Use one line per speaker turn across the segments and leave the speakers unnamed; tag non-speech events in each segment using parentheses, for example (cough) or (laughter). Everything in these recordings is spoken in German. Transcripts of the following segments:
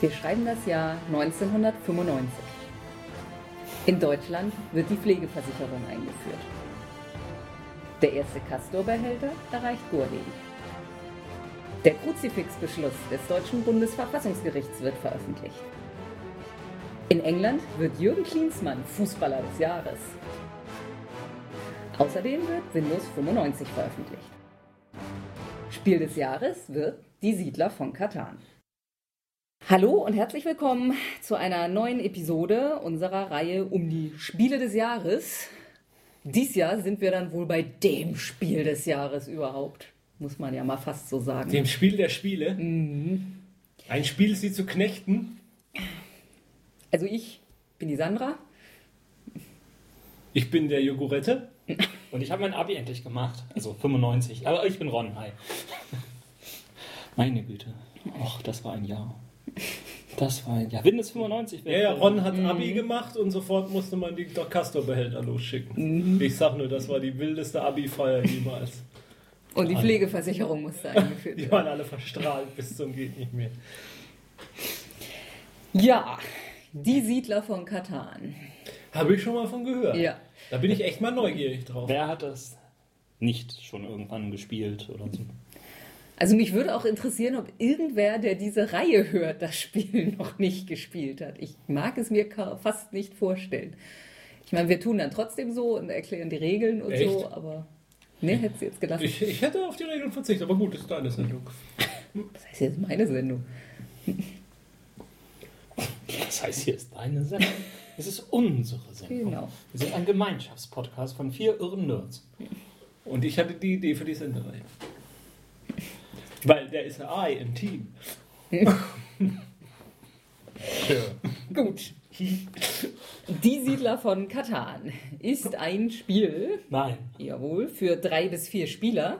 Wir schreiben das Jahr 1995. In Deutschland wird die Pflegeversicherung eingeführt. Der erste Castor-Behälter erreicht Gorleben. Der Kruzifixbeschluss des deutschen Bundesverfassungsgerichts wird veröffentlicht. In England wird Jürgen Klinsmann Fußballer des Jahres. Außerdem wird Windows 95 veröffentlicht. Spiel des Jahres wird Die Siedler von Katan. Hallo und herzlich willkommen zu einer neuen Episode unserer Reihe um die Spiele des Jahres. Dies Jahr sind wir dann wohl bei dem Spiel des Jahres überhaupt. Muss man ja mal fast so sagen.
Dem Spiel der Spiele. Ein Spiel, sie zu knechten.
Also ich bin die Sandra.
Ich bin der Jogurette.
Und ich habe mein Abi endlich gemacht. Also 95. Aber ich bin Ron. Hi. Meine Güte. Och, das war ein Jahr. Das war ein Jahr. Windows 95.
Ja,
wäre
ja,
cool.
Ron hat Abi gemacht und sofort musste man die Castor-Behälter losschicken. Ich sag nur, das war die wildeste Abi-Feier jemals.
Und die Pflegeversicherung musste eingeführt
Die (laughs)
werden.
waren alle verstrahlt bis zum geht nicht mehr.
Ja, die Siedler von Katan.
Habe ich schon mal von gehört.
Ja.
Da bin ich echt mal neugierig drauf.
Wer hat das nicht schon irgendwann gespielt oder so?
Also mich würde auch interessieren, ob irgendwer, der diese Reihe hört, das Spiel (laughs) noch nicht gespielt hat. Ich mag es mir ka- fast nicht vorstellen. Ich meine, wir tun dann trotzdem so und erklären die Regeln und so,
Echt?
aber nee, hätte sie jetzt gelassen.
Ich, ich hätte auf die Regeln verzichtet, aber gut, das ist deine Sendung.
das ist jetzt meine Sendung.
Das heißt, hier ist deine Sendung. Es ist unsere
(laughs)
Sendung.
Genau.
Wir sind ein Gemeinschaftspodcast von vier irren Nerds.
Und ich hatte die Idee für die Senderei. Weil der ist ein I im Team.
Gut. Die Siedler von Katan ist ein Spiel,
Nein.
Jawohl, für drei bis vier Spieler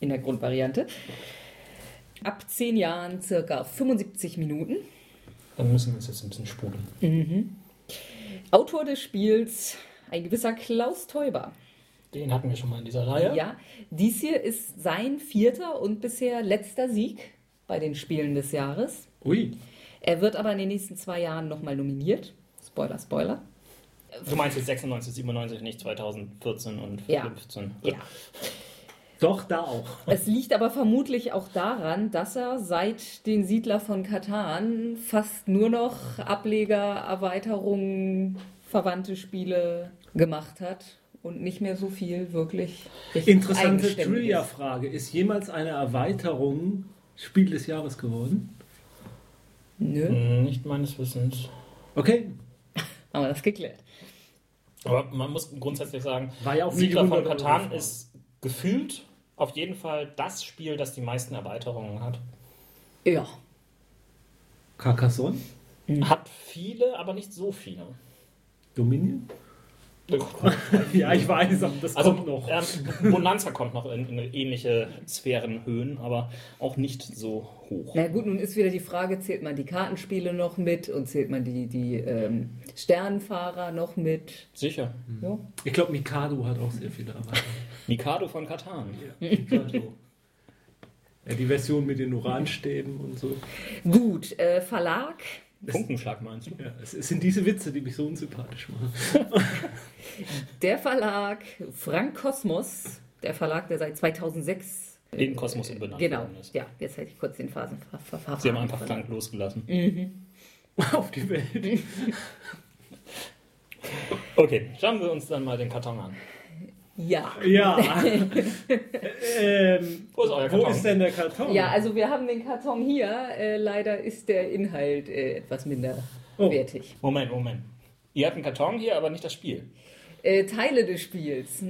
in der Grundvariante. Ab zehn Jahren circa 75 Minuten.
Dann müssen wir uns jetzt ein bisschen spulen.
Autor des Spiels ein gewisser Klaus Teuber.
Den hatten wir schon mal in dieser Reihe.
Ja, dies hier ist sein vierter und bisher letzter Sieg bei den Spielen des Jahres.
Ui.
Er wird aber in den nächsten zwei Jahren nochmal nominiert. Spoiler, Spoiler.
Du meinst jetzt 96, 97, nicht 2014 und
Ja.
15.
Ja.
Doch, da auch.
Es liegt aber vermutlich auch daran, dass er seit den Siedler von Katan fast nur noch Ableger, Erweiterungen, verwandte Spiele gemacht hat und nicht mehr so viel wirklich richtig
Interessante
eigenständiges.
Trivia-Frage. Ist jemals eine Erweiterung Spiel des Jahres geworden?
Nö,
Nicht meines Wissens.
Okay.
haben wir das geklärt.
Aber man muss grundsätzlich sagen,
War ja auch nie
Siedler
die
von
100 Euro
Katan
Frage.
ist gefühlt auf jeden Fall das Spiel, das die meisten Erweiterungen hat.
Ja.
Carcassonne? Mhm.
Hat viele, aber nicht so viele.
Dominion? (laughs) ja, ich weiß, aber das
Also
kommt noch.
Ähm, Bonanza kommt noch in, in ähnliche Sphärenhöhen, aber auch nicht so hoch.
Na gut, nun ist wieder die Frage, zählt man die Kartenspiele noch mit und zählt man die, die ähm, Sternfahrer noch mit?
Sicher.
Ja.
Ich glaube, Mikado hat auch sehr viele Erweiterungen.
Mikado von Katan.
Ja, Mikado. ja, die Version mit den Uranstäben und so.
Gut, äh, Verlag
Funkenschlag meinst du?
Ja, es, es sind diese Witze, die mich so unsympathisch machen. (laughs)
Der Verlag Frank Kosmos, der Verlag, der seit 2006.
Äh,
Den Kosmos umbenannt
Genau,
worden ist.
ja, jetzt hätte ich kurz den Phasenverfahren.
Sie haben einfach Frank losgelassen.
Mhm. Auf die Welt.
Okay, schauen wir uns dann mal den Karton an.
Ja. (laughs)
Ja. ähm,
Wo ist
wo
euer Karton?
ist denn der Karton?
ja, also wir haben den Karton hier. Äh, leider ist der Inhalt äh, etwas minderwertig.
Moment, Moment. Ihr habt einen Karton hier, aber nicht das Spiel.
Äh, Teile des Spiels.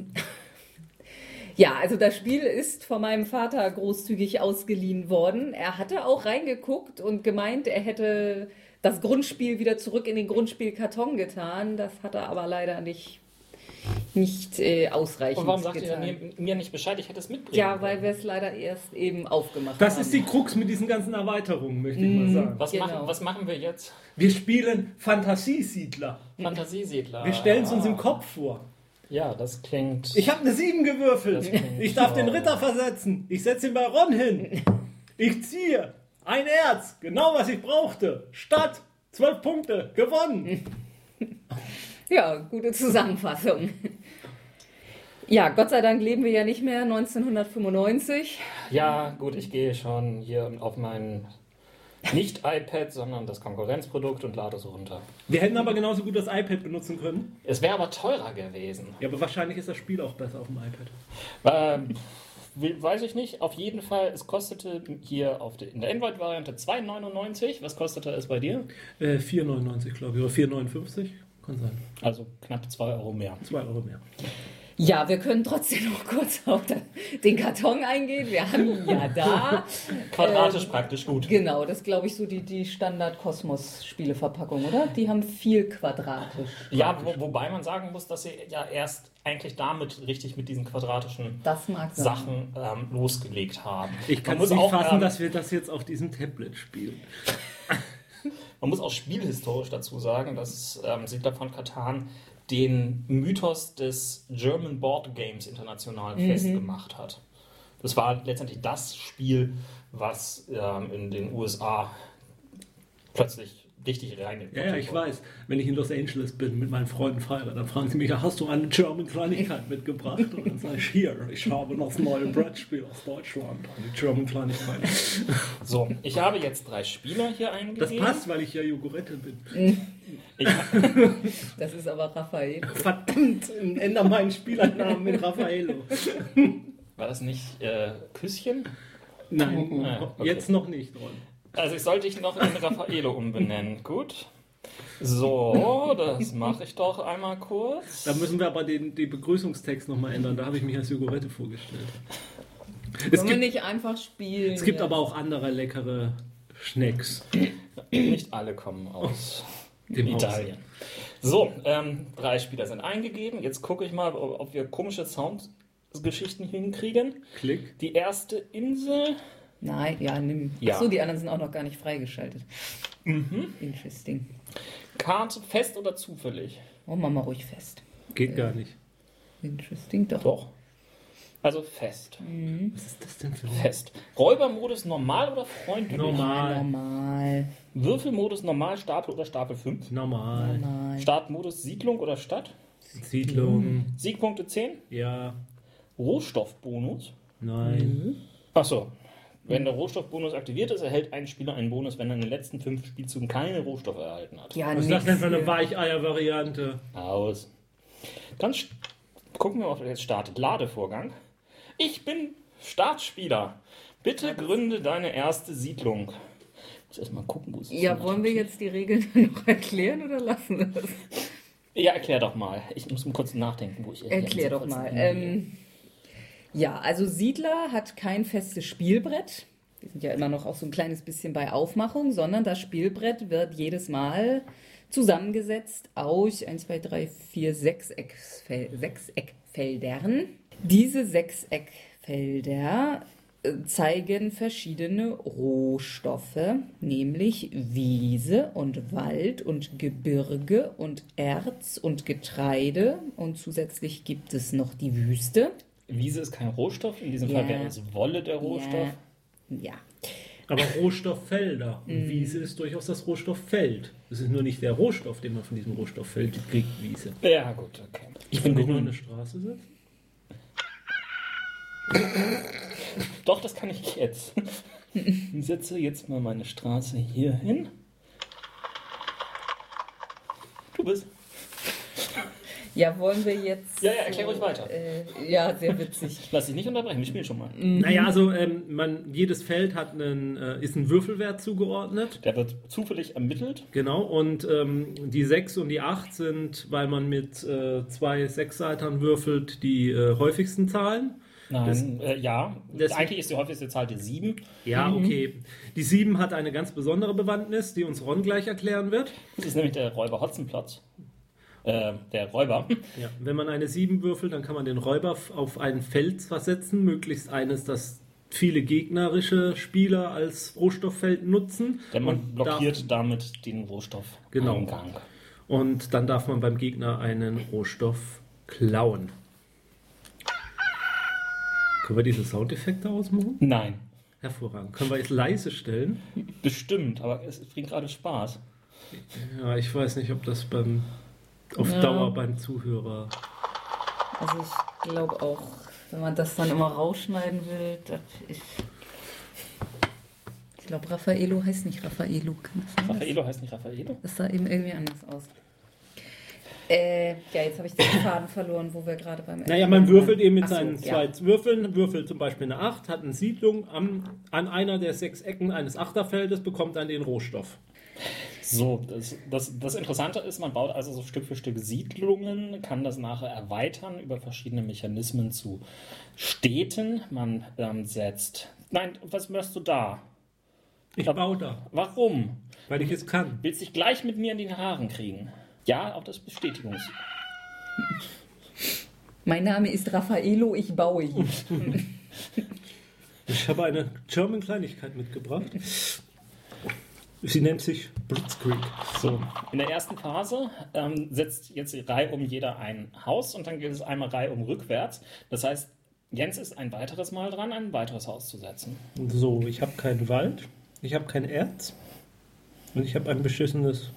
Ja, also das Spiel ist von meinem Vater großzügig ausgeliehen worden. Er hatte auch reingeguckt und gemeint, er hätte das Grundspiel wieder zurück in den Grundspielkarton getan. Das hat er aber leider nicht, nicht äh, ausreichend
Und warum sagt ihr
getan.
dann mir- mir nicht Bescheid? Ich hätte es mitbringen
ja, weil
wollen.
wir es leider erst eben aufgemacht
Das
haben.
ist die Krux mit diesen ganzen Erweiterungen, möchte ich mal sagen.
was,
genau.
machen, was machen wir jetzt?
Wir spielen Fantasiesiedler.
Fantasiesiedler.
Wir stellen es uns im Kopf vor.
Ja, das klingt.
Ich habe eine 7 gewürfelt.
Das klingt
Ich darf den
toll.
Ritter versetzen. Ich setze ihn bei Ron hin. Ich ziehe. Ein Erz, genau was ich brauchte. Stadt, 12 Punkte, gewonnen.
Ja, gute Zusammenfassung. Ja, Gott sei Dank leben wir ja nicht mehr 1995.
Ja, gut, ich gehe schon hier auf mein nicht iPad, sondern das Konkurrenzprodukt und lade es runter.
Wir hätten aber genauso gut das iPad benutzen können.
Es wäre aber teurer gewesen.
Ja, aber wahrscheinlich ist das Spiel auch besser auf dem iPad.
Ähm, we- weiß ich nicht. Auf jeden Fall, es kostete hier auf der, in der Android-Variante 2,99. Was kostete es bei dir?
Äh, 4,99 glaube ich, oder 4,59. Kann sein.
Also knapp 2 Euro mehr.
2 Euro mehr.
Ja, wir können trotzdem noch kurz auf da- den Karton eingehen. Wir haben ihn ja da.
Quadratisch praktisch gut.
Genau, das ist, glaube ich so die, die Standard-Kosmos-Spieleverpackung, oder? Die haben viel quadratisch.
Ja, wo, wobei man sagen muss, dass sie ja erst eigentlich damit richtig mit diesen quadratischen
Das mag sein.
Sachen ähm, losgelegt haben.
Ich kann
Man muss
es nicht
auch,
fassen,
ähm,
dass wir das jetzt auf diesem Tablet spielen.
Man muss auch spielhistorisch dazu sagen, dass ähm, Siedler von Katan den Mythos des German Board Games international
Mhm.
festgemacht hat. Das war letztendlich das Spiel, was ähm, in den USA plötzlich richtig rein.
Ja, ja, ich weiß. Wenn ich in Los Angeles bin mit meinen Freunden feiere, dann fragen sie mich, ja, hast du eine German Kleinigkeit mitgebracht? Und dann sage ich, hier, ich habe noch das neue Brettspiel aus Deutschland. Eine German Kleinigkeit.
So, ich habe jetzt drei Spieler hier
Das
eingegeben.
passt, weil ich ja Jogurette bin.
Ich,
Das ist aber Raphael.
Verdammt, änder meinen Spielernamen in Raffaello.
war das nicht äh, Küsschen?
Nein,
Ah, okay.
Hm, jetzt noch nicht, Ron.
Also ich sollte dich noch in
(laughs)
Raffaello umbenennen. Gut. So, das mache ich doch einmal kurz.
Da müssen wir aber den, den Begrüßungstext nochmal ändern. Da habe ich mich als Jogurette vorgestellt. Es
Können wir
gibt,
nicht einfach spielen?
es gibt
jetzt?
aber auch andere leckere Schnecks.
Nicht alle kommen aus
Dem Haus.
Italien. So, ähm, drei Spieler sind eingegeben. Jetzt gucke ich mal, ob ob wir komische Soundgeschichten hinkriegen.
Klick.
Die erste Insel.
Nein, ja, nimm.
Ja.
Achso, die anderen sind auch noch gar nicht freigeschaltet.
Mhm.
Interesting.
Karte fest oder zufällig?
Machen wir mal ruhig fest.
Geht gar nicht.
Interesting, doch.
Doch. Also fest.
Was ist das denn für ein
Fest. Räubermodus normal oder freundlich?
Ja,
Normal.
normal.
Würfelmodus normal, Stapel oder Stapel 5?
Normal.
Normal.
Startmodus Siedlung oder Stadt?
Siedlung.
Siegpunkte 10?
Ja.
Rohstoffbonus? Mhm.
Nein.
Achso. Wenn der Rohstoffbonus aktiviert ist, erhält ein Spieler einen Bonus, wenn er in den letzten fünf Spielzügen keine Rohstoffe erhalten hat.
Ja,
Was ist das denn für eine
nix.
Weicheier-Variante?
Aus. Dann st- gucken wir mal, ob er jetzt startet. Ladevorgang. Ich bin Startspieler. Bitte gründe deine erste Siedlung. Ich muss erstmal gucken, wo es ist.
Ja, wollen wir jetzt die Regeln (laughs) noch erklären oder lassen wir das?
Ja, erklär doch mal. Ich muss mal kurz nachdenken, wo ich
Erklär doch
kurz
mal.
hingehe.
Ähm, ja, also Siedler hat kein festes Spielbrett. Wir sind ja immer noch auch so ein kleines bisschen bei Aufmachung, sondern das Spielbrett wird jedes Mal zusammengesetzt aus 1, 2, 3, 4, Sechseckfel Sechseckfeldern. Diese Sechseckfelder äh, zeigen verschiedene Rohstoffe, nämlich Wiese und Wald und Gebirge und Erz und Getreide und zusätzlich gibt es noch die Wüste.
Wiese ist kein Rohstoff. In diesem
Ja.
Fall wäre es Wolle der Rohstoff.
Ja. ja.
Aber Rohstofffelder.
Mhm.
Und Wiese ist durchaus das Rohstofffeld. Es ist nur nicht der Rohstoff, den man von diesem Rohstofffeld kriegt, Wiese.
Ja, gut, okay. Ich bin
Wenn wir nur in
grün.
der Straße sind?
Doch, das kann ich jetzt. Ich setze jetzt mal meine Straße hier hin. Du bist.
Ja, wollen wir jetzt.
Ja, ja, erklär ruhig weiter.
Äh, ja, sehr witzig.
Lass dich nicht unterbrechen, wir spielen schon mal.
Naja, also ähm, man, jedes Feld hat einen, äh, ist ein Würfelwert zugeordnet.
Der wird zufällig ermittelt.
Genau, und ähm, die 6 und die 8 sind, weil man mit äh, zwei Sechsseitern würfelt, die äh, häufigsten Zahlen.
Nein, äh, ja.
das-
Eigentlich ist die häufigste Zahl die 7.
Ja,
Mhm.
okay. Die 7 hat eine ganz besondere Bewandtnis, die uns Ron gleich erklären wird.
Das ist nämlich der Räuber Hotzenplotz. Äh, der Räuber.
Ja. Wenn man eine 7 würfelt, dann kann man den Räuber f- auf ein Feld versetzen, möglichst eines, das viele gegnerische Spieler als Rohstofffeld nutzen.
Denn man
Und darf-
blockiert damit den Rohstoff.
Genau.
Eingang.
Und dann darf man beim Gegner einen Rohstoff klauen. Können wir diese Soundeffekte ausmachen?
Nein.
Hervorragend. Können wir es leise stellen?
Bestimmt, aber es bringt gerade Spaß.
Ja, ich weiß nicht, ob das beim auf
Ja.
Dauer beim Zuhörer.
Also ich glaube auch, wenn man das dann immer rausschneiden will, das ist. Ich glaube, Raffaello heißt nicht Raffaello. Kann das sein?
Raffaello heißt nicht Raffaello?
Das sah eben irgendwie anders aus. Äh, ja, jetzt habe ich den Faden verloren, wo wir gerade beim.
Naja, man würfelt eben mit
Ach so,
seinen
ja.
zwei Würfeln, würfelt zum Beispiel eine 8, hat eine Siedlung am, an einer der sechs Ecken eines Achterfeldes, bekommt dann den Rohstoff.
So, das, das, das Interessante ist, man baut also so Stück für Stück Siedlungen, kann das nachher erweitern über verschiedene Mechanismen zu Städten. Man ähm, setzt. Nein, was machst du da?
Ich baue da,
Warum?
weil ich es kann.
Willst dich gleich mit mir in den Haaren kriegen? Ja, auch das Bestätigungs.
Mein Name ist Raffaello, ich baue hier.
Ich habe eine German-Kleinigkeit mitgebracht. Sie nennt sich Blitzkrieg.
So, in der ersten Phase ähm, setzt jetzt die Reihe um jeder ein Haus und dann geht es einmal Reihe um rückwärts. Das heißt, Jens ist ein weiteres Mal dran, ein weiteres Haus zu setzen.
So, ich habe keinen Wald, ich habe kein Erz und ich habe
(laughs)
ein beschissenes.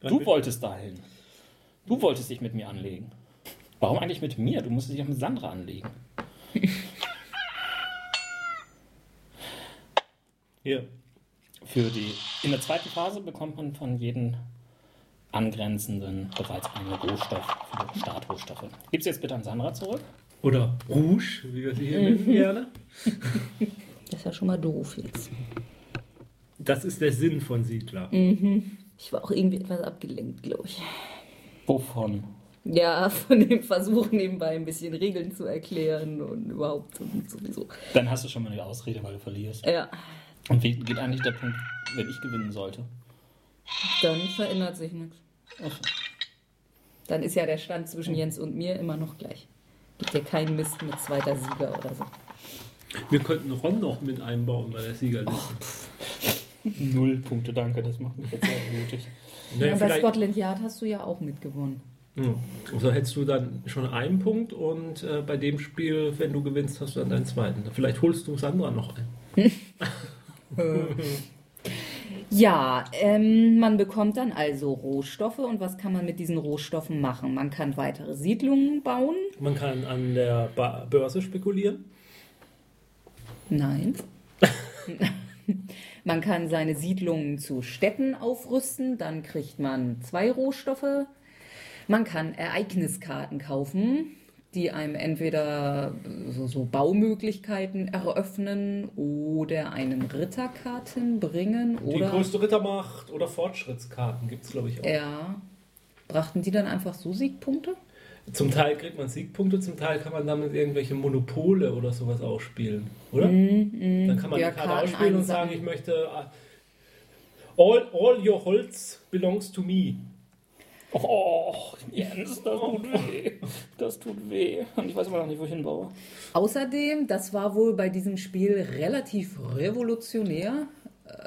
Du wolltest dahin. Du wolltest dich mit mir anlegen. Warum eigentlich mit mir? Du musstest dich doch mit Sandra anlegen.
Hier.
Für die. In der zweiten Phase bekommt man von jedem angrenzenden bereits einen Rohstoff, für Startrohstoffe. Gib's jetzt bitte an Sandra zurück.
Oder Rouge, wie
(laughs)
wir sie hier nennen gerne.
Das ist ja schon mal doof jetzt.
Das ist der Sinn von Siedler.
Ich war auch irgendwie etwas abgelenkt, glaube ich.
Wovon?
Ja, (laughs) von dem Versuch nebenbei ein bisschen Regeln zu erklären und überhaupt und sowieso.
Dann hast du schon mal eine Ausrede, weil du verlierst.
Ja,
Und wie geht eigentlich der Punkt, wenn ich gewinnen sollte?
dann verändert sich nichts.
Ach,
Dann ist ja der Stand zwischen Jens und mir immer noch gleich. Gibt ja keinen Mist mit zweiter Sieger oder so.
Wir könnten Ron noch mit einbauen bei der Siegerliste.
Null Punkte, danke, das macht mich jetzt sehr mutig.
Naja,
Aber
vielleicht,
Scotland Yard hast du ja auch mitgewonnen.
Hm. also hättest du dann schon einen Punkt und äh, bei dem Spiel, wenn du gewinnst, hast du dann deinen zweiten. Vielleicht holst du Sandra noch ein.
Ja, ähm, man bekommt dann also Rohstoffe und was kann man mit diesen Rohstoffen machen? Man kann weitere Siedlungen bauen?
Man kann an der ba Börse spekulieren.
Nein. (laughs) man kann seine Siedlungen zu Städten aufrüsten, dann kriegt man zwei Rohstoffe. Man kann Ereigniskarten kaufen, die einem entweder äh, so, so Baumöglichkeiten eröffnen oder einen Ritterkarten bringen oder
Rittermacht oder Fortschrittskarten gibt es, glaube ich, auch.
ja, brachten die dann einfach so Siegpunkte?
Zum Teil kriegt man Siegpunkte, zum Teil kann man damit irgendwelche Monopole oder sowas ausspielen, oder?
Mhm,
Dann kann man
Ja,
die Karte
Karten
ausspielen und
einsammeln.
sagen, ich möchte äh, all, all your Holz belongs to me.
Oh, Jens, das tut weh. Das tut weh. Und ich weiß immer noch nicht, wo ich hinbaue.
Außerdem, das war wohl bei diesem Spiel relativ revolutionär,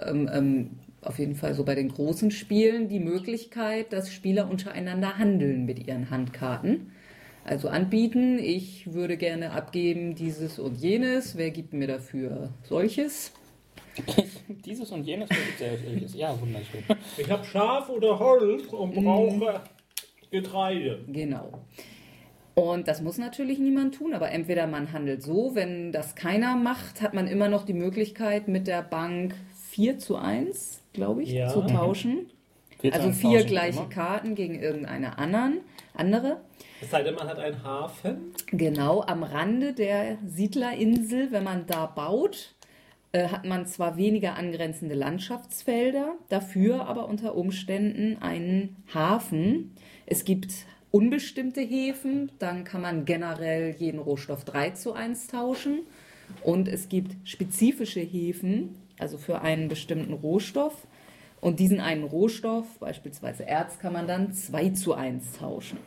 ähm, ähm, auf jeden Fall so bei den großen Spielen, die Möglichkeit, dass Spieler untereinander handeln mit ihren Handkarten. Also anbieten, ich würde gerne abgeben dieses und jenes, wer gibt mir dafür solches?
Dieses und jenes gibt es ja Ja, wunderschön.
Ich habe Schaf oder Holz und brauche Getreide.
Genau. Und das muss natürlich niemand tun, aber entweder man handelt so, wenn das keiner macht, hat man immer noch die Möglichkeit, mit der Bank 4 zu 1, glaube ich,
Ja.
zu tauschen. Also vier gleiche Karten gegen irgendeine anderen, andere.
Es sei denn, man hat einen Hafen.
Genau, am Rande der Siedlerinsel, wenn man da baut, äh, hat man zwar weniger angrenzende Landschaftsfelder, dafür aber unter Umständen einen Hafen. Es gibt unbestimmte Häfen, dann kann man generell jeden Rohstoff 3 zu 1 tauschen. Und es gibt spezifische Häfen, also für einen bestimmten Rohstoff. Und diesen einen Rohstoff, beispielsweise Erz, kann man dann 2 zu 1 tauschen.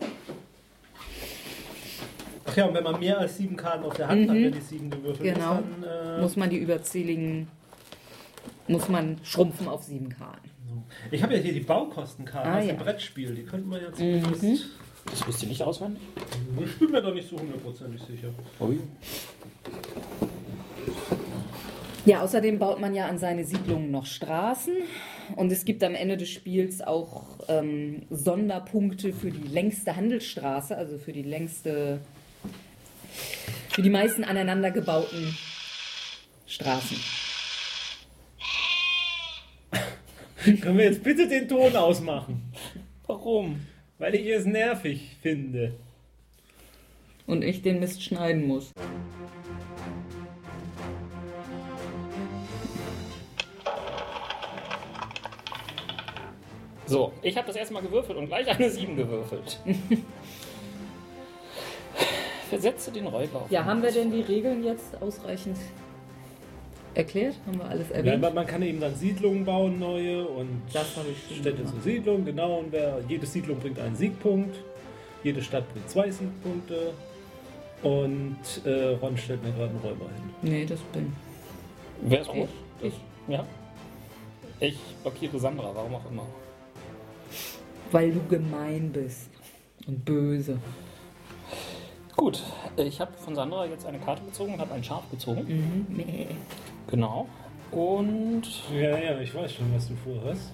Ach ja, und wenn man mehr als sieben Karten auf der Hand hat, wenn die sieben gewürfelt
Mhm. Genau.
ist, dann... Äh,
muss man die überzähligen, muss man schrumpfen auf sieben Karten.
so. Ich habe ja hier die Baukostenkarten
Ah,
aus
ja. Mhm.
dem Brettspiel. Die könnte man ja zumindest...
Das wisst ihr nicht auswendig?
Ich bin mir da nicht so hundertprozentig sicher.
Ui.
Ja, außerdem baut man ja an seine Siedlungen noch Straßen und es gibt am Ende des Spiels auch ähm, Sonderpunkte für die längste Handelsstraße, also für die längste, für die meisten aneinander gebauten Straßen.
Können wir jetzt bitte den Ton ausmachen?
Warum?
Weil ich es nervig finde.
Und ich den Mist schneiden muss.
So, ich habe das erste Mal gewürfelt und gleich eine 7 gewürfelt. (laughs) Versetze den Räuber auf.
Ja, haben wir denn die Regeln jetzt ausreichend erklärt? Haben wir alles
Ja,
erwähnt?
man, man kann eben dann Siedlungen bauen, neue und
Äh, Das habe ich schon
Städte
gemacht.
zur Siedlung, genau. Und wer, jede Siedlung bringt einen Siegpunkt, jede Stadt bringt zwei Siegpunkte. Und äh, Ron stellt mir gerade einen Räuber hin.
Nee, das bin
Wer ist rot?
ich.
Ja. Ich blockiere Sandra, warum auch immer.
Weil du gemein bist und böse.
Gut, ich habe von Sandra jetzt eine Karte gezogen und habe einen Schaf gezogen.
Mhm. Nee.
Genau. Und
Ja, ja, ich weiß schon, was du vorhast.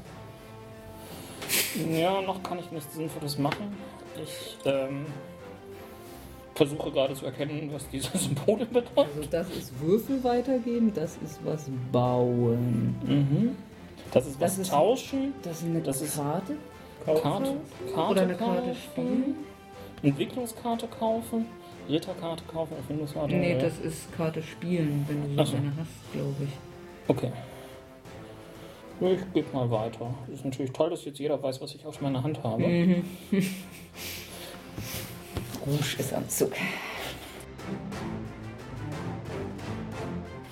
ja, noch kann ich nichts Sinnvolles machen. Ich ähm, versuche gerade zu erkennen, was diese (laughs) Symbole bedeuten.
Also das ist Würfel weitergeben, das ist was bauen.
Mhm. Das ist was
Das ist-
tauschen.
Das ist eine
Das ist-
Karte?
Kaufen.
Karte, Karte
Oder eine Karte
kaufen,
spielen?
Entwicklungskarte kaufen, Ritterkarte kaufen, Erfindungskarte.
Nee,
äh,
das ist Karte spielen, wenn du so
Ach so.
eine hast, glaube ich.
Okay. Ich gebe mal weiter. Ist natürlich toll, dass jetzt jeder weiß, was ich auf meiner Hand habe.
Mhm. Rouge ist am Zug.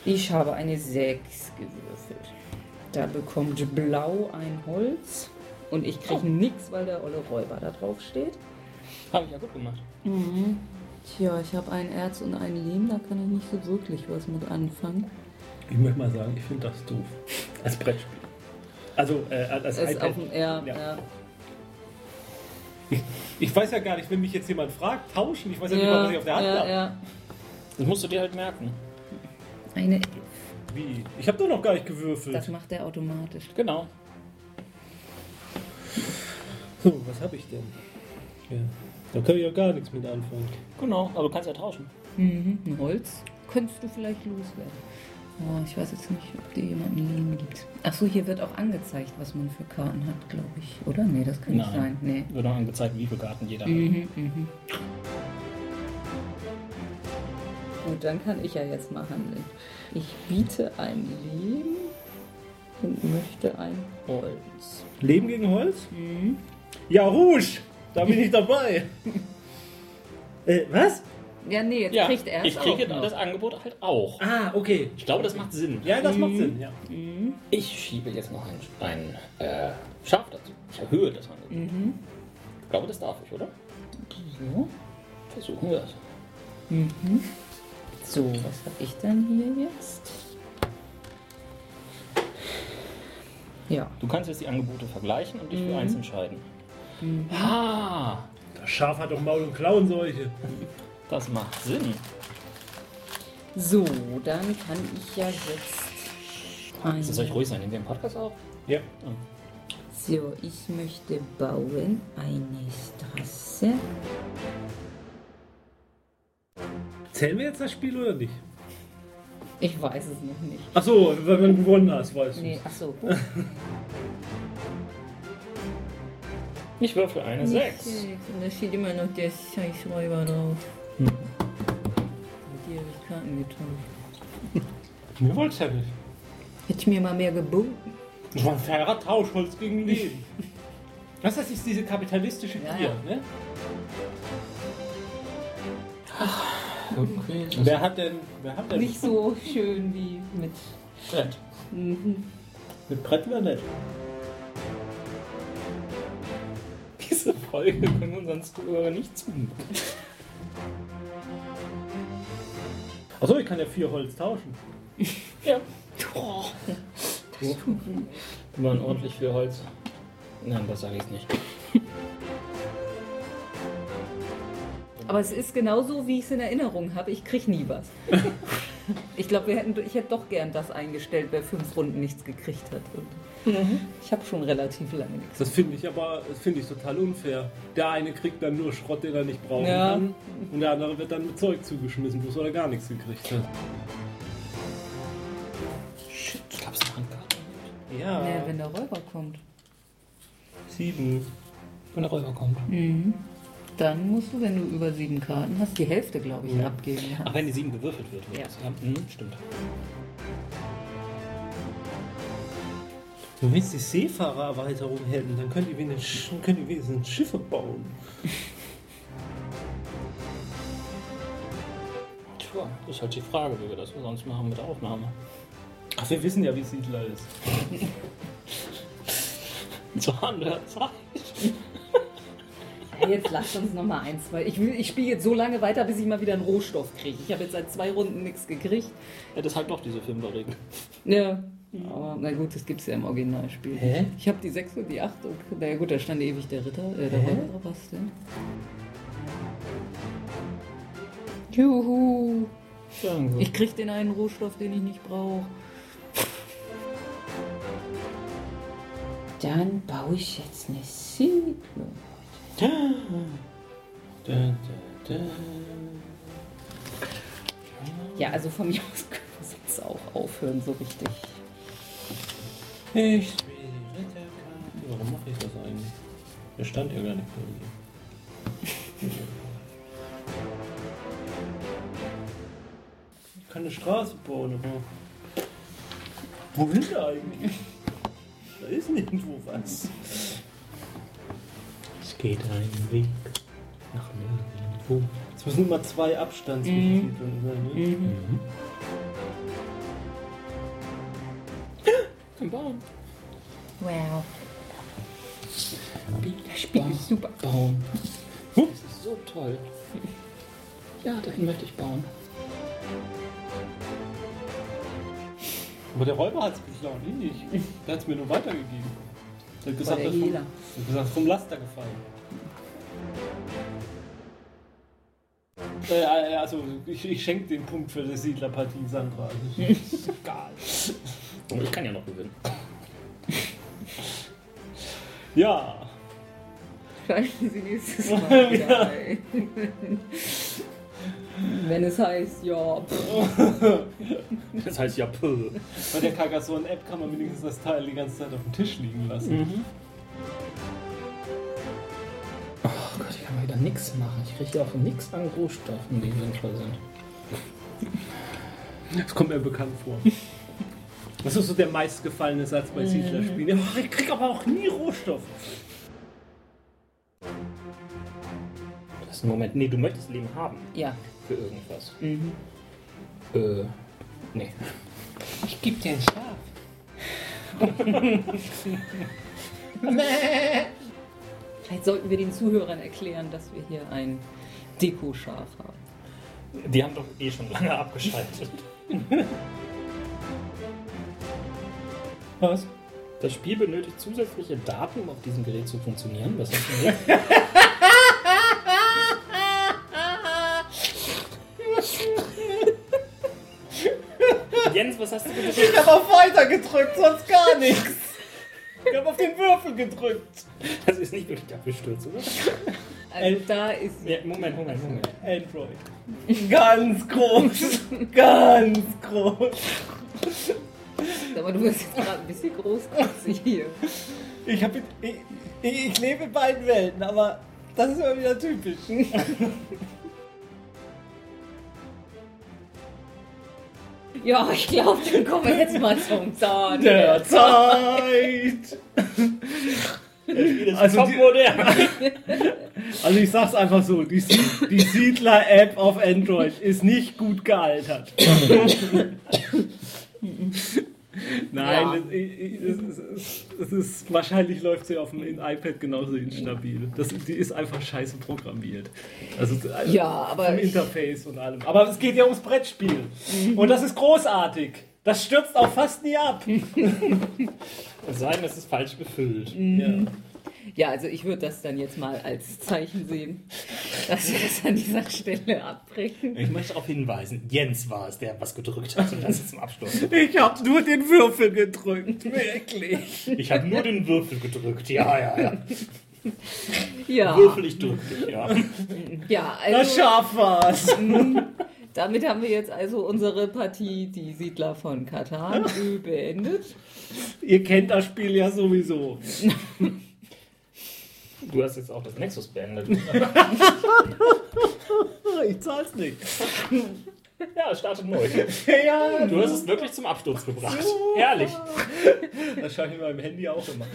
Ich habe eine 6 gewürfelt. Da bekommt Blau ein Holz und ich kriege nichts, weil der olle Räuber da drauf steht.
Habe ich ja gut gemacht.
Tja, ich habe ein Erz und ein Lehm, da kann ich nicht so wirklich was mit anfangen.
Ich möchte mal sagen, ich finde das doof. Als Brettspiel. Also, äh, als
Es ist
iPad.
auf dem R.
Ja.
Ja.
Ich weiß ja gar nicht, wenn mich jetzt jemand fragt, tauschen. Ich weiß ja, nicht mal,
Ja,
was ich Also auf der Hand
ja,
habe.
ja.
Das musst du dir halt merken.
Eine,
Wie? Ich habe doch noch gar nicht gewürfelt.
das macht er automatisch.
Genau.
So, was habe ich denn? Ja. Da kann ich ja gar nichts mit anfangen.
Genau. Aber du kannst ja tauschen.
Mhm. Ein Holz könntest du vielleicht loswerden. Oh, ich weiß jetzt nicht, ob dir jemand einen Lehm gibt. Achso, hier wird auch angezeigt, was man für Karten hat, glaube ich. Oder? Nee, das kann nicht sein. Nee.
Wird auch angezeigt, wie viele Karten jeder hat.
Mhm, mhm. Gut, dann kann ich ja jetzt mal handeln. Ich biete ein Lehm und möchte ein Holz.
Leben gegen Holz?
Mhm.
Ja, Rouge! Da bin
(laughs)
ich dabei. äh, was?
Ja, nee, jetzt
Ja,
kriegt er es
ich kriege
auch noch.
das Angebot halt auch.
Ah, okay.
Ich glaube, das macht Sinn.
Ja, das
Mhm.
macht Sinn, ja.
Ich schiebe jetzt noch ein, ein äh, Schaf dazu. Ich erhöhe das Angebot.
Mhm.
Ich glaube, das darf ich, oder?
So.
Versuchen wir es.
So, was habe ich denn hier jetzt? Ja.
Du kannst jetzt die Angebote vergleichen und dich
Mhm.
für eins entscheiden. Ah,
Das Schaf hat doch Maul und Klauen solche.
das macht Sinn.
So, dann kann ich ja jetzt. Ein
Also soll ich ruhig sein? Nehmen wir einen Podcast auf?
Ja.
so, ich möchte bauen eine Straße.
Zählen wir jetzt das Spiel oder nicht?
Ich weiß es noch nicht.
Achso, wenn man gewonnen hat, weißt du.
Nee,
(laughs)
achso.
Ich würfel eine 6.
Und da steht immer noch der scheiß Räuber drauf.
Hm.
Mit dir habe ich Karten getauscht.
Mir wollt's ja nicht.
Hätte ich mir mal mehr geboten.
Das war ein fairer Tausch, Holz gegen Leben. Was das ist diese kapitalistische
Ja,
Gier,
ja.
ne?
Okay.
Wer hat denn, wer hat denn
Nicht so schön wie mit.
Brett.
mit Brett oder nicht?
Diese Folge können unseren Zuhörer nicht zumuten.
Achso, ich kann ja vier Holz tauschen.
Ja. Wir machen ordentlich viel Holz. Nein, das sage ich nicht.
(laughs) Aber es ist genauso, wie ich es in Erinnerung habe. Ich krieg nie was. Ich glaube, wir hätten, ich hätte doch gern das eingestellt, wer fünf Runden nichts gekriegt hat. Und Ich habe schon relativ lange nichts.
Das finde ich aber das finde ich total unfair. Der eine kriegt dann nur Schrott, den er nicht brauchen
Ja.
kann. Und der andere wird dann mit Zeug zugeschmissen, bloß weil er gar nichts gekriegt hat.
Shit, gab's eine Handkarte?
Ja.
Naja, wenn der Räuber kommt,
Sieben.
Wenn der Räuber kommt.
dann musst du, wenn du über sieben Karten hast, die Hälfte, glaube ich, abgeben. ja.
Ach, wenn die 7 gewürfelt wird, wird
Ja.
das, ja. Mhm, stimmt.
Wenn wir jetzt die Seefahrererweiterung hätten, dann könnt ihr wenigstens, könnt ihr wenigstens Schiffe bauen.
Tja, ist halt die Frage, wie wir das sonst machen mit der Aufnahme. (laughs)
Ach, wir wissen ja, wie Siedler ist.
Zu anderer Zeit.
Ja, Jetzt lasst uns noch mal eins, weil ich, will- ich spiele jetzt so lange weiter, bis ich mal wieder einen Rohstoff kriege. Ich habe jetzt seit zwei Runden nichts gekriegt.
Ja, das ist halt doch diese Filmregel.
Ja, aber na gut, das gibt es ja im Originalspiel.
Hä?
Ich habe die 6 und die 8 und na ja gut, da stand ewig der Ritter, äh, der Räuber, was denn? Juhu! Ich krieg den einen Rohstoff, den ich nicht brauche. Dann baue ich jetzt eine Siedlung. Ja, also von mir aus können wir jetzt auch aufhören, so richtig.
Ich spiele die Ritterkarte. Warum mache ich das eigentlich? Da stand ja gar nicht bei mir. Ich kann eine Straße bauen, aber. Wo ist er eigentlich? Da ist nirgendwo was.
Es geht ein Weg nach nirgendwo.
Es müssen immer zwei Abstand zwischen Titeln sein,
Mhm.
ne?
Ein Baum.
Wow.
Das Spiel
ist super.
Baum. Das ist so toll. Ja, dahin möchte ich bauen.
Aber der Räuber hat es geklaut, ich nicht. Der hat es mir nur weitergegeben. Der hat gesagt,
der
das vom,
Hehler.
der hat gesagt, vom Laster gefallen. Äh, äh, also, ich, ich schenke den Punkt für die Siedlerpartie Sandra. Also, ist (laughs) egal.
Und ich kann ja noch gewinnen.
Ja,
Schalten Sie (laughs) nächstes Mal wieder ein. Wenn es heißt, ja, pff,
Das heißt ja Pö.
bei der Carcassonne-App kann man wenigstens das Teil die ganze Zeit auf dem Tisch liegen lassen.
Oh Gott, ich kann mal wieder nichts machen. Ich kriege ja auch nichts an Rohstoffen, die sinnvoll sind.
Das kommt mir bekannt vor. Das ist so der meistgefallene Satz bei Siedlerspielen. Ja, ich krieg aber auch nie Rohstoff.
Das ist ein Moment. Nee, du möchtest Leben haben
ja.
für irgendwas.
Mhm.
Äh, nee.
Ich gebe dir ein Schaf. Vielleicht sollten wir den Zuhörern erklären, dass wir hier ein Deko-Schaf haben.
Die haben doch eh schon lange
(laughs)
abgeschaltet. Was? Das Spiel benötigt zusätzliche Daten, um auf diesem Gerät zu funktionieren. Was hast du
(laughs)
denn? Jens, was hast du gedrückt?
Ich habe auf Weiter gedrückt, (laughs) sonst gar nichts.
Ich hab auf den Würfel gedrückt.
Das ist nicht wirklich abgestürzt, oder?
Also da ist
Ja, Moment, Moment, Moment.
Android. Ganz groß. Ganz groß.
Aber du bist jetzt gerade ein bisschen großkotzig hier.
Ich, hab, ich, ich, ich lebe in beiden Welten, aber das ist immer wieder typisch.
Ja, ich glaube, dann kommen wir jetzt mal zum Zahn.
Zeit.
Das
Also die-
topmodern.
(laughs) Also ich sag's einfach so, die, Sie- die Siedler-App auf Android ist nicht gut gealtert. Nein,
Ja.
es- ich- ich- es, ist- es ist, wahrscheinlich läuft sie auf dem iPad genauso instabil. Das, die ist einfach scheiße programmiert. Also
Ja, aber
vom
ich-
Interface und allem. Aber es geht ja ums Brettspiel. Und das ist großartig. Das stürzt auch fast nie ab.
Mhm.
Es sei denn, es ist falsch befüllt.
Ja.
Ja, also ich würde das dann jetzt mal als Zeichen sehen, dass wir das an dieser Stelle abbrechen.
Ich möchte darauf hinweisen, Jens war es, der was gedrückt hat und das ist zum
(laughs)
Abschluss.
Ich habe nur den Würfel gedrückt, wirklich.
Ich habe nur den Würfel gedrückt. Ja, ja, ja.
Ja,
Würfel, ich drück dich, ja.
ja
Das
also
Schaf war's.
damit haben wir jetzt also unsere Partie, die Siedler von Katan, beendet.
Ihr kennt das Spiel ja sowieso.
Du hast jetzt auch das Nexus beendet.
Ich zahl's nicht.
Ja, startet neu.
Ja,
Du hast es wirklich zum Absturz gebracht. Ehrlich.
das schaue ich mir beim Handy auch immer.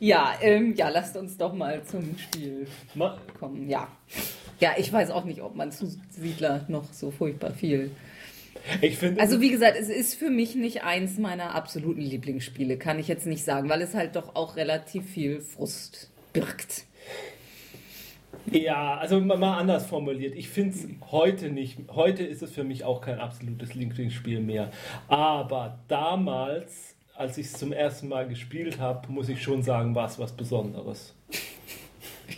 Ja, ähm, ja, lasst uns doch mal zum Spiel
Ma-
kommen. Ja. Ja, ich weiß auch nicht, ob man zu Siedler noch so furchtbar viel
Ich finde,
Also wie gesagt, es ist für mich nicht eins meiner absoluten Lieblingsspiele, kann ich jetzt nicht sagen, weil es halt doch auch relativ viel Frust birgt.
ja, also ma- mal anders formuliert. Ich finde es heute nicht. Heute ist es für mich auch kein absolutes Lieblingsspiel mehr. Aber damals, als ich es zum ersten Mal gespielt habe, muss ich schon sagen, war es was Besonderes.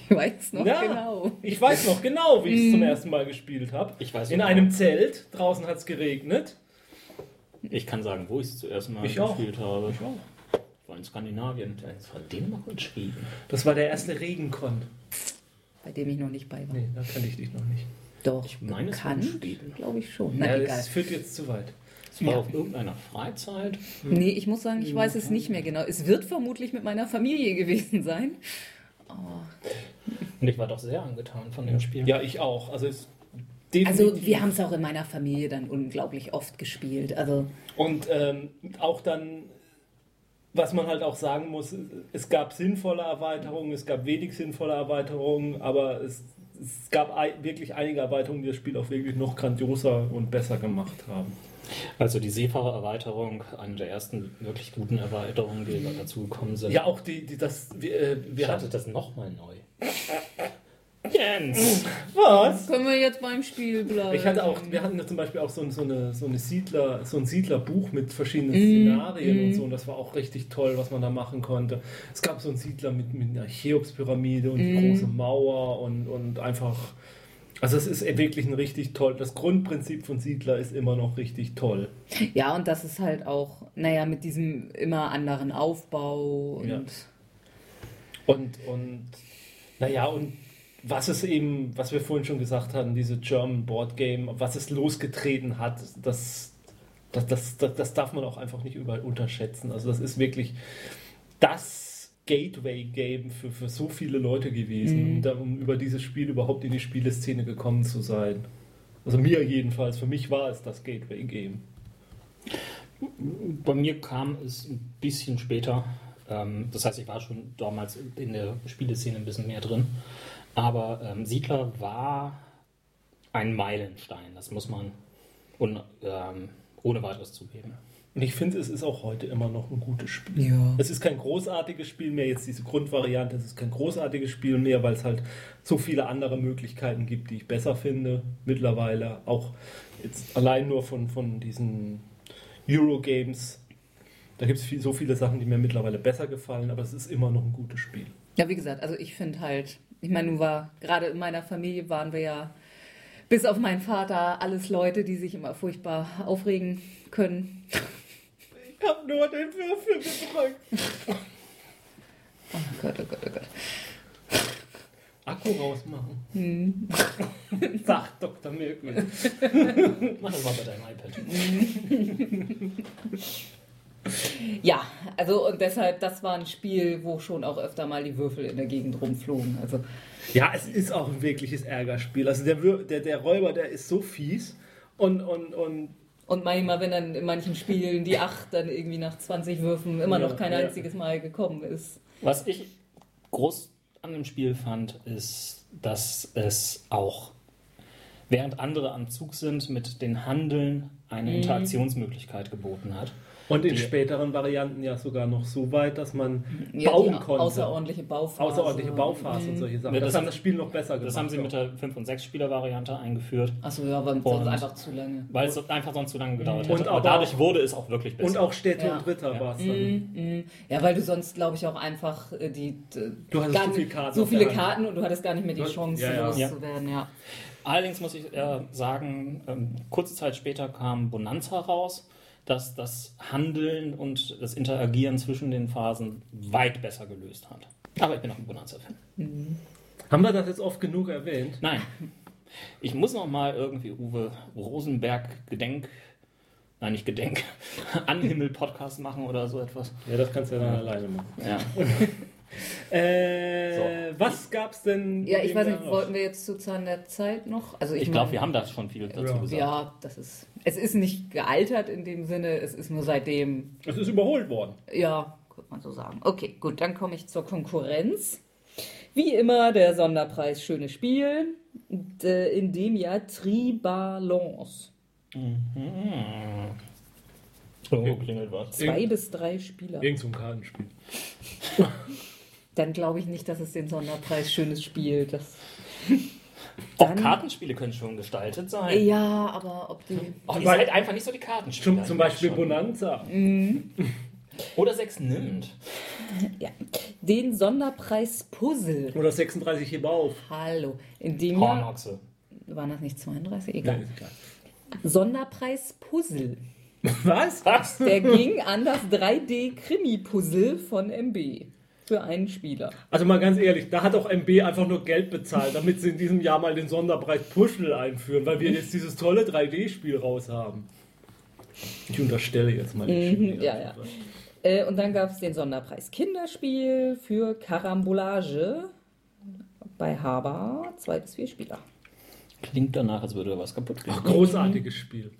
Ich weiß noch
Ja,
genau. Mhm.
Ich weiß noch genau, wie ich es zum ersten Mal gespielt habe.
Ich weiß
In
genau.
einem Zelt. Draußen hat es geregnet.
Ich kann sagen, wo ich es zuerst mal
Ich auch.
gespielt habe. Ich auch. War in Skandinavien. Das war Dänemark und Schweden.
Das war der erste Regenkon.
Bei dem ich noch nicht bei war.
Nee, da kannte ich dich noch nicht.
Doch,
Ich meine, es war in
kann,
Schweden.
glaube ich schon. Na
ja,
egal.
das führt jetzt zu weit.
Es war
Ja.
auf irgendeiner Freizeit.
Nee, ich muss sagen, ich weiß es nicht mehr genau. Es wird vermutlich mit meiner Familie gewesen sein.
Und ich war doch sehr angetan von dem Spiel.
Ja, ich auch. Also es
Also
definitiv.
wir haben es auch in meiner Familie dann unglaublich oft gespielt. Also
und ähm, auch dann, was man halt auch sagen muss, es gab sinnvolle Erweiterungen, es gab wenig sinnvolle Erweiterungen, aber es, es gab ei- wirklich einige Erweiterungen, die das Spiel auch wirklich noch grandioser und besser gemacht haben.
Also die Seefahrererweiterung, eine der ersten wirklich guten Erweiterungen, die da dazugekommen sind.
Ja, auch die, die das, wir, äh, wir hatten
startet das nochmal neu. Jens!
was?
können wir jetzt beim Spiel bleiben.
Ich hatte auch, wir hatten ja zum Beispiel auch so, so, eine, so, eine Siedler, so ein Siedlerbuch mit verschiedenen Szenarien und so. Und das war auch richtig toll, was man da machen konnte. Es gab so einen Siedler mit, mit einer Cheops-Pyramide und die große Mauer und, und einfach. Also es ist wirklich ein richtig toll. Das Grundprinzip von Siedler ist immer noch richtig toll.
Ja, und das ist halt auch, naja, mit diesem immer anderen Aufbau und
Ja. Und, und naja, und was es eben, was wir vorhin schon gesagt hatten, diese German Board Game, was es losgetreten hat, das, das, das, das, das darf man auch einfach nicht überall unterschätzen. Also das ist wirklich das Gateway-Game für, für so viele Leute gewesen, um, da, um über dieses Spiel überhaupt in die Spieleszene gekommen zu sein. Also mir jedenfalls, für mich war es das Gateway-Game.
Bei mir kam es ein bisschen später. Ähm, das heißt, ich war schon damals in der Spieleszene ein bisschen mehr drin. Aber ähm, Siedler war ein Meilenstein. Das muss man un, ähm, ohne weiteres zugeben.
Und ich finde, es ist auch heute immer noch ein gutes Spiel.
Ja.
Es ist kein großartiges Spiel mehr, jetzt diese Grundvariante, es ist kein großartiges Spiel mehr, weil es halt so viele andere Möglichkeiten gibt, die ich besser finde mittlerweile. Auch jetzt allein nur von, von diesen Eurogames. Da gibt es viel, so viele Sachen, die mir mittlerweile besser gefallen, aber es ist immer noch ein gutes Spiel.
Ja, wie gesagt, also ich finde halt, ich meine, nun war, gerade in meiner Familie waren wir ja, bis auf meinen Vater, alles Leute, die sich immer furchtbar aufregen können.
Ich habe nur den Würfel gedrückt.
Oh Gott, oh Gott, oh Gott.
Akku rausmachen. (laughs) Sagt Dr. Mirkel.
Mach das mal bei deinem iPad.
Ja, also und deshalb, das war ein Spiel, wo schon auch öfter mal die Würfel in der Gegend rumflogen. Also,
Ja, es ist auch ein wirkliches Ärgerspiel. Also der, Wür- der, der Räuber, der ist so fies. Und, und, und
und manchmal, wenn dann in manchen Spielen die Acht dann irgendwie nach 20 Würfen immer
Ja,
noch kein
ja.
einziges Mal gekommen ist.
Was ich groß an dem Spiel fand, ist, dass es auch, während andere am Zug sind, mit den Handeln eine Interaktionsmöglichkeit geboten hat.
Und in späteren Varianten ja sogar noch so weit, dass man
Ja, die
bauen
au-
konnte.
Außerordentliche Bauphasen.
Außerordentliche Bauphasen und solche Sachen.
Ja,
das,
das-
hat das Spiel noch besser gemacht.
Das haben sie mit der 5- und 6-Spieler-Variante eingeführt,
Achso, ja, aber sonst
Und-
einfach zu lange.
weil es einfach sonst zu lange gedauert
Und
hätte. Aber
aber
dadurch
auch-
wurde es auch wirklich besser.
und auch Städte
Ja. Mhm.
und Ritter
Ja.
war es dann.
Ja, weil du sonst, glaube ich, auch einfach äh, die. d-
Du mhm. hattest
gar
so
nicht-
viele Karten
So
auf der
viele
Hand.
Karten und du hattest gar nicht mehr die
Ja,
Chance,
ja.
loszuwerden, ja.
Allerdings muss ich äh, sagen, ähm, kurze Zeit später kam Bonanza raus, dass das Handeln und das Interagieren zwischen den Phasen weit besser gelöst hat. Aber ich bin auch ein Bonanza-Fan.
Haben wir das jetzt oft genug erwähnt?
Nein, ich muss noch mal irgendwie Uwe Rosenberg Gedenk, nein nicht Gedenk, (laughs) Anhimmel Podcast machen oder so etwas.
Ja, das kannst du ja dann alleine machen.
Ja.
(laughs) Äh, Was gab's denn?
Ja, ich
dem
weiß
Jahr
nicht,
noch?
wollten wir jetzt zu Zahn der Zeit noch? Also ich,
Ich glaube,
mein-
wir haben da schon viel dazu
Ja.
gesagt.
Ja, das ist. Es ist nicht gealtert in dem Sinne, es ist nur seitdem.
Es ist überholt worden.
Ja, könnte man so sagen. Okay, gut, dann komme ich zur Konkurrenz. Wie immer der Sonderpreis Schönes Spiel. Und, äh, in dem Jahr Tribalance.
Oh.
Irgendwo klingelt was.
Zwei bis drei Spieler.
Irgend so ein Kartenspiel.
Dann glaube ich nicht, dass es den Sonderpreis Schönes Spiel. Das
Auch
Dann-
Kartenspiele können schon gestaltet sein.
ja, aber ob die.
Oh, ihr
Weil-
seid einfach nicht so die Kartenspieler.
Zum, zum Beispiel
Schon.
Bonanza.
Oder sechs nimmt.
Ja. Den Sonderpreis Puzzle.
Oder 36 hebe auf.
Hallo. In dem Jahr.
Hornochse.
Waren das nicht 32?
Ja,
Egal.
ist egal.
Sonderpreis Puzzle.
Was?
Was?
Der ging an das 3D-Krimi-Puzzle von MB. Für einen Spieler.
Also mal ganz ehrlich, da hat auch MB einfach nur Geld bezahlt, damit sie in diesem Jahr mal den Sonderpreis Puschel einführen, weil wir jetzt dieses tolle 3D-Spiel raus haben. Ich unterstelle jetzt mal. die Chemie.
ja, ja. Äh, und dann gab es den Sonderpreis Kinderspiel für Karambolage bei Haber. Zwei bis vier Spieler.
Klingt danach, als würde da was kaputt gehen.
Großartiges Spiel.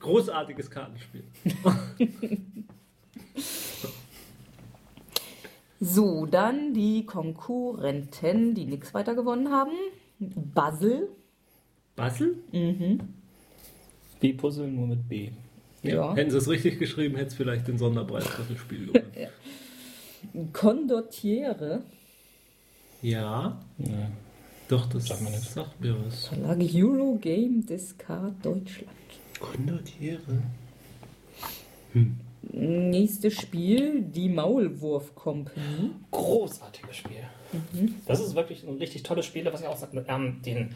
Großartiges Kartenspiel.
So, dann die Konkurrenten, die nichts weiter gewonnen haben. Basel.
Basel?
B Puzzle nur mit B.
Ja.
Hätten sie es richtig geschrieben, hätte es vielleicht den Sonderpreis Puschelspiel gewonnen.
Condottiere.
ja,
Ja.
doch, das
Sag mir nichts.
sagt mir was.
Verlag Eurogame Discard Deutschland.
Kondotiere.
Nächstes Spiel, die Maulwurf Company.
Großartiges Spiel. Das ist wirklich ein richtig tolles Spiel, was ja auch ähm, den